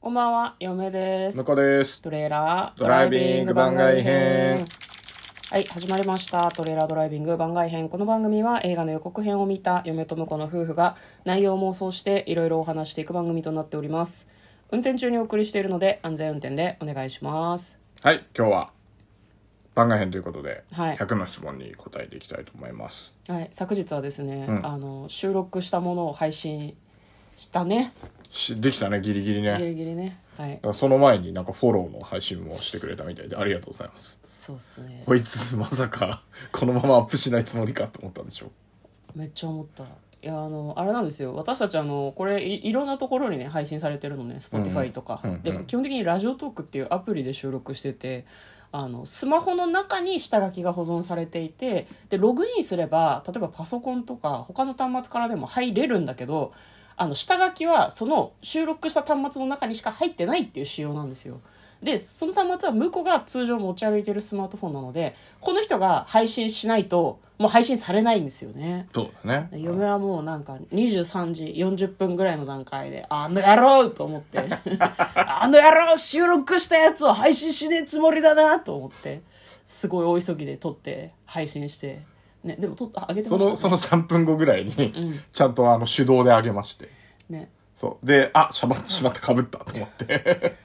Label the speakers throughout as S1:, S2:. S1: こんばんは、嫁です
S2: 向。こうです。
S1: トレーラード
S2: ドライビング番外編。
S1: はい、始まりました。トレーラードライビング番外編。この番組は映画の予告編を見た嫁と婿の夫婦が内容を妄想していろいろお話していく番組となっております。運転中にお送りしているので安全運転でお願いします。
S2: はい、今日は番外編ということで、
S1: はい
S2: 100の質問に答えていきたいと思います。
S1: はい、昨日はですね、
S2: うん
S1: あの収録したものを配信したね。
S2: しできたね、ギリギリね。だ
S1: ギ
S2: か
S1: リギリね。はい。
S2: らその前になんかフォローの配信もしてくれたみたいでありがとうございます。
S1: そうっすね。
S2: こいつまさかこのままアップしないつもりかと思ったんでしょ
S1: めっちゃ思ったいやあのあれなんですよ私たちあのこれいいろんなところにね配信されてるのね Spotify とか、
S2: うんうん
S1: で基本的にラジオトークっていうアプリで収録しててあのスマホの中に下書きが保存されていてでログインすれば例えばパソコンとか他の端末からでも入れるんだけどあの下書きはその収録した端末の中にしか入ってないっていう仕様なんですよでその端末は向こうが通常持ち歩いてるスマートフォンなのでこの人が配信しないともう配信されないんですよね
S2: そうだね。
S1: 嫁はもうなんか23時40分ぐらいの段階で「あの野郎!」と思っ て「あの野郎収録したやつを配信しねえつもりだな!」と思ってすごい大急ぎで撮って配信して、ね、でも撮っあげて
S2: そ
S1: ました、
S2: の、
S1: ね、
S2: その3分後ぐらいに、
S1: ん
S2: ちゃんとあの手動で上げまして。
S1: ね
S2: そう。で、あ、しゃばってしまった、かぶったと思って。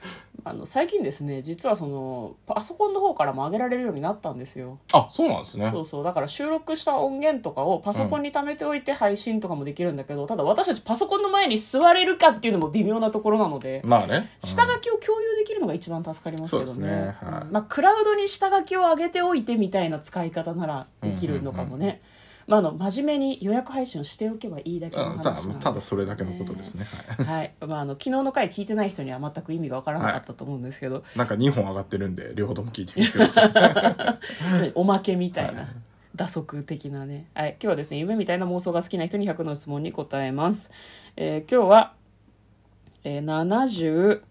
S1: あの最近ですね実はそのパソコンの方からも上げられるようになったんですよ
S2: あ、そうなんですね。
S1: そうそうだから収録した音源とかをパソコンに貯めておいて配信とかもできるんだけど、ただ私たちパソコンの前に座れるかっていうのも微妙なところなので、
S2: まあね。
S1: 下書きを共有できるのが一番助かりますけど
S2: そうですね
S1: ね。
S2: はい
S1: うんまあ、クラウドに下書きを上げておいてみたいな使い方ならできるのかもね。まあ、あの、真面目に予約配信をしておけばいいだけの
S2: う
S1: 話
S2: んた
S1: なん
S2: だ
S1: ですけど、
S2: ただそれだけのことですね。はい
S1: はい。まあ、あの、昨日の回聞いてない人には全く意味がわからなかったと思うんですけど、
S2: なんか2本上がってるんで、両方とも聞いてみてください。
S1: おまけみたいな、
S2: はい
S1: 打足的なね、はい、今日はですね夢みたいな妄想が好きな人に100の質問に答えます、えー今日は、えー、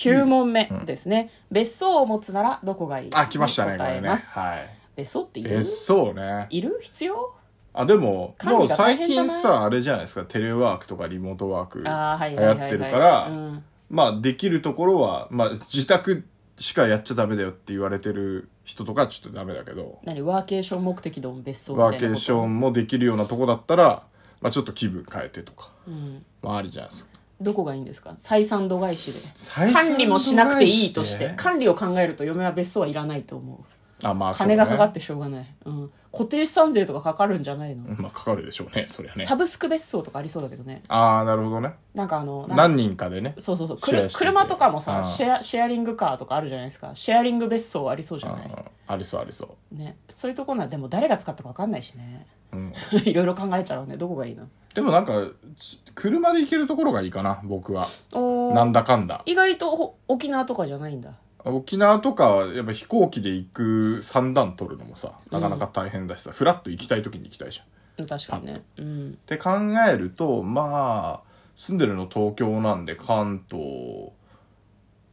S1: 79問目ですね、別荘を持つならどこがいい
S2: あ、来ましたね、こ
S1: 答え
S2: れね。
S1: ます、
S2: はい。
S1: 別荘っている
S2: 別荘ね。
S1: いる必要
S2: あ、でも、
S1: 管
S2: も
S1: 理
S2: う
S1: が大
S2: 最
S1: 変じゃない
S2: 近さ、あれじゃないですか、テレワークとかリモートワーク流
S1: あーはいはいはい、
S2: 行
S1: は
S2: っ
S1: い、
S2: てるから、
S1: うん
S2: まあできるところは、まあ自宅しかやっちゃダメだよって言われてる人とかちょっとダメだけど、
S1: 何ワーケーション目的の別荘みたい
S2: ワ
S1: な
S2: ー
S1: こと
S2: ケーションもできるようなとこだったら、まあちょっと気分変えてとか、
S1: うん
S2: まあありじゃないですか。
S1: どこがいいんですか採算度外視で
S2: 採算度外視で
S1: 管理もしなくていいとして管理を考えると嫁は別荘はいらないと思う
S2: あ、まあそうね
S1: 金がかかってしょうがない、うん、固定資産税とかかかるんじゃないの、
S2: まあかかるでしょうね、そりゃね
S1: サ。ブスク別荘とかありそうだけどね
S2: ああ、なるほどね。
S1: なんかあのなんか
S2: 何人かでね。
S1: そうそうそう
S2: シェア
S1: 車
S2: してて
S1: 車とかも
S2: あ
S1: さ
S2: ー
S1: シェアシェアリングカーとかあるじゃないですかシェアリング別荘ありそうじゃない、
S2: ありそうありそ
S1: ね、そういうとこならでも誰が使ったか分かんないしね
S2: う、うん、
S1: いろいろ考えちゃうねどこがいいの
S2: でもなんかち車で行けるところがいいかな僕は
S1: おー
S2: なんだかんだ
S1: 意外とほ沖縄とかじゃないんだ
S2: 沖縄とかはやっぱ飛行機で行く三段取るのもさなかなか大変だしさ、フラッと行きたい時に行きたいじゃんっ
S1: 確かにねうん
S2: て考えるとまあ住んでるの東京なんで関東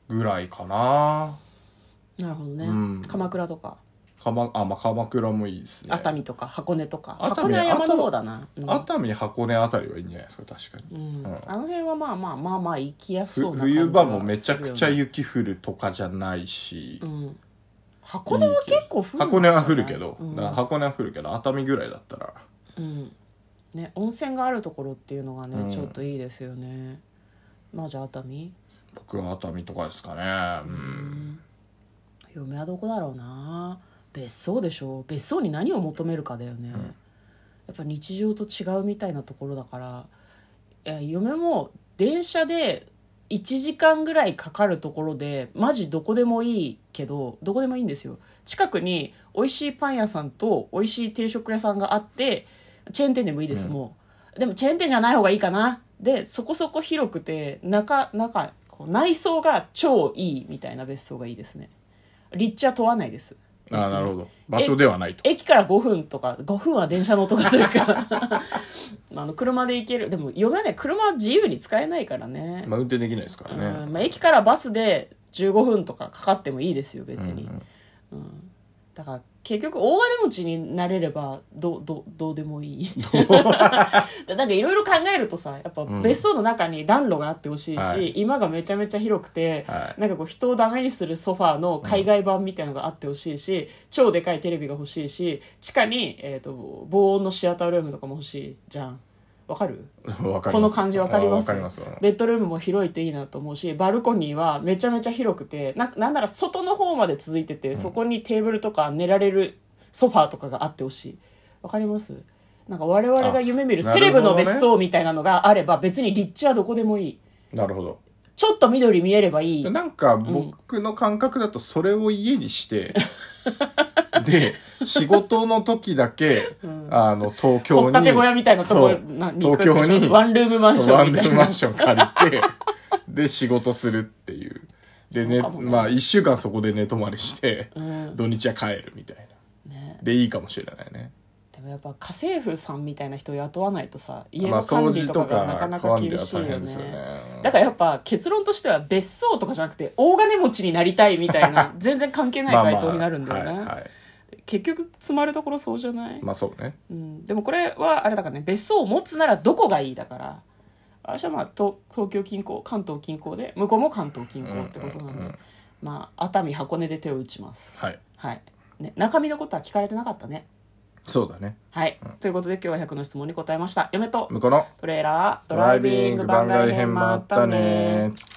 S2: ぐらいかな
S1: なるほどね、
S2: うん
S1: 鎌倉とか
S2: かまあまあ鎌倉もいいですね
S1: 熱海とか箱根とか
S2: 熱海
S1: 箱根は山の方だな、うん
S2: 熱海箱根あたりはいいんじゃないですか確かに
S1: うん
S2: うん
S1: あの辺はまあまあまあまあ行きやす
S2: ふ
S1: そうな感じ
S2: 冬
S1: は
S2: 場もめちゃくちゃ
S1: するよね
S2: 雪降るとかじゃないし、
S1: うん、箱根は結構降るんじゃない
S2: 箱根は降るけど、
S1: うん
S2: だから箱根は降るけど熱海ぐらいだったら
S1: うんね、温泉があるところっていうのがね、
S2: うん
S1: ちょっといいですよねまあじゃあ熱海
S2: 僕は熱海とかですかねう
S1: うん嫁はどこだろうな別荘でしょ別荘に何を求めるかだよね、やっぱ日常と違うみたいなところだからいや嫁も電車で1時間ぐらいかかるところでマジどこでもいいけどどこでもいいんですよ近くに美味しいパン屋さんと美味しい定食屋さんがあってチェーン店でもいいです、
S2: うん
S1: もうでもチェーン店じゃない方がいいかなでそこそこ広くて中中こう内装が超いいみたいな別荘がいいですね立地は問わないです
S2: あーなるほ
S1: ど
S2: ど場所ではないと
S1: 駅から5分とか5分は電車の音がするから まああの車で行けるでも嫁はね車は自由に使えないからね,、
S2: まあ運転できないですから
S1: うん
S2: ね
S1: まあ、駅からバスで15分とかかかってもいいですよ別に、
S2: うん
S1: だから結局大金持ちになれればどうどうどうでもいい だなんかいろいろ考えるとさやっぱ
S2: うん
S1: 別荘の中に暖炉があってほしいし、
S2: はい
S1: 今がめちゃめちゃ広くて、
S2: はい
S1: なんかこう人をダメにするソファーの海外版みたいなのがあってほしいし、超でかいテレビが欲しいし地下に、えー、と防音のシアタールームとかも欲しいじゃんわかる
S2: わかります
S1: この感じわかりま
S2: あ
S1: す
S2: わかります
S1: ベッドルームも広いといいなと思うしバルコニーはめちゃめちゃ広くてななんなら外の方まで続いてて、そこにテーブルとか寝られるソファーとかがあってほしいわかりますなんか我々が夢見る
S2: あ
S1: セレブの
S2: なるほどね
S1: 別荘みたいなのがあれば、別に立地はどこでもいい
S2: なるほど
S1: ちょっと緑見えればいい
S2: なんか僕の感覚だとそれを家にして、で仕事の時 だけ、あの東京に
S1: 掘ったて小屋みたいなところ
S2: そう
S1: なに行く
S2: 東京に
S1: ワンルームマンシ
S2: そう
S1: ョ
S2: ワ
S1: ン
S2: ン
S1: み
S2: ル
S1: た
S2: ー
S1: い
S2: ム
S1: な
S2: マンション借りてで仕事するっていうでね
S1: そうかもね
S2: まあ1週間そこで寝泊まりして、
S1: ん
S2: 土日は帰るみたいな
S1: ね
S2: でいいかもしれないね
S1: でもやっぱ家政婦さんみたいな人を雇わないとさ家
S2: まあ
S1: の
S2: 掃
S1: 管
S2: 除
S1: 理
S2: と
S1: と
S2: か
S1: かがなかなか
S2: 管理
S1: 厳
S2: は
S1: しいよ
S2: 大変
S1: ね
S2: ですよね
S1: だからやっぱ結論としては別荘とかじゃなくて大金持ちになりたいみたい な全然関係ない回答になるんだよね、
S2: まあまあはいはい
S1: 結局詰まるところそうじゃない、
S2: まあそうね
S1: うん、でもこれはあれだからね別荘を持つならどこがいいだから私はまあ東東京近郊関東近郊で向こうも関東近郊ってことなんで、
S2: うんうんうん
S1: まあ熱海箱根で手を打ちます
S2: はい
S1: はい、ね、中身のことは聞かれてなかったね
S2: そうだね
S1: はい、ということで今日は100の質問に答えました嫁と
S2: 向こうの
S1: トレーラードライビング番外編もあったね
S2: ドライビング番外編もあったね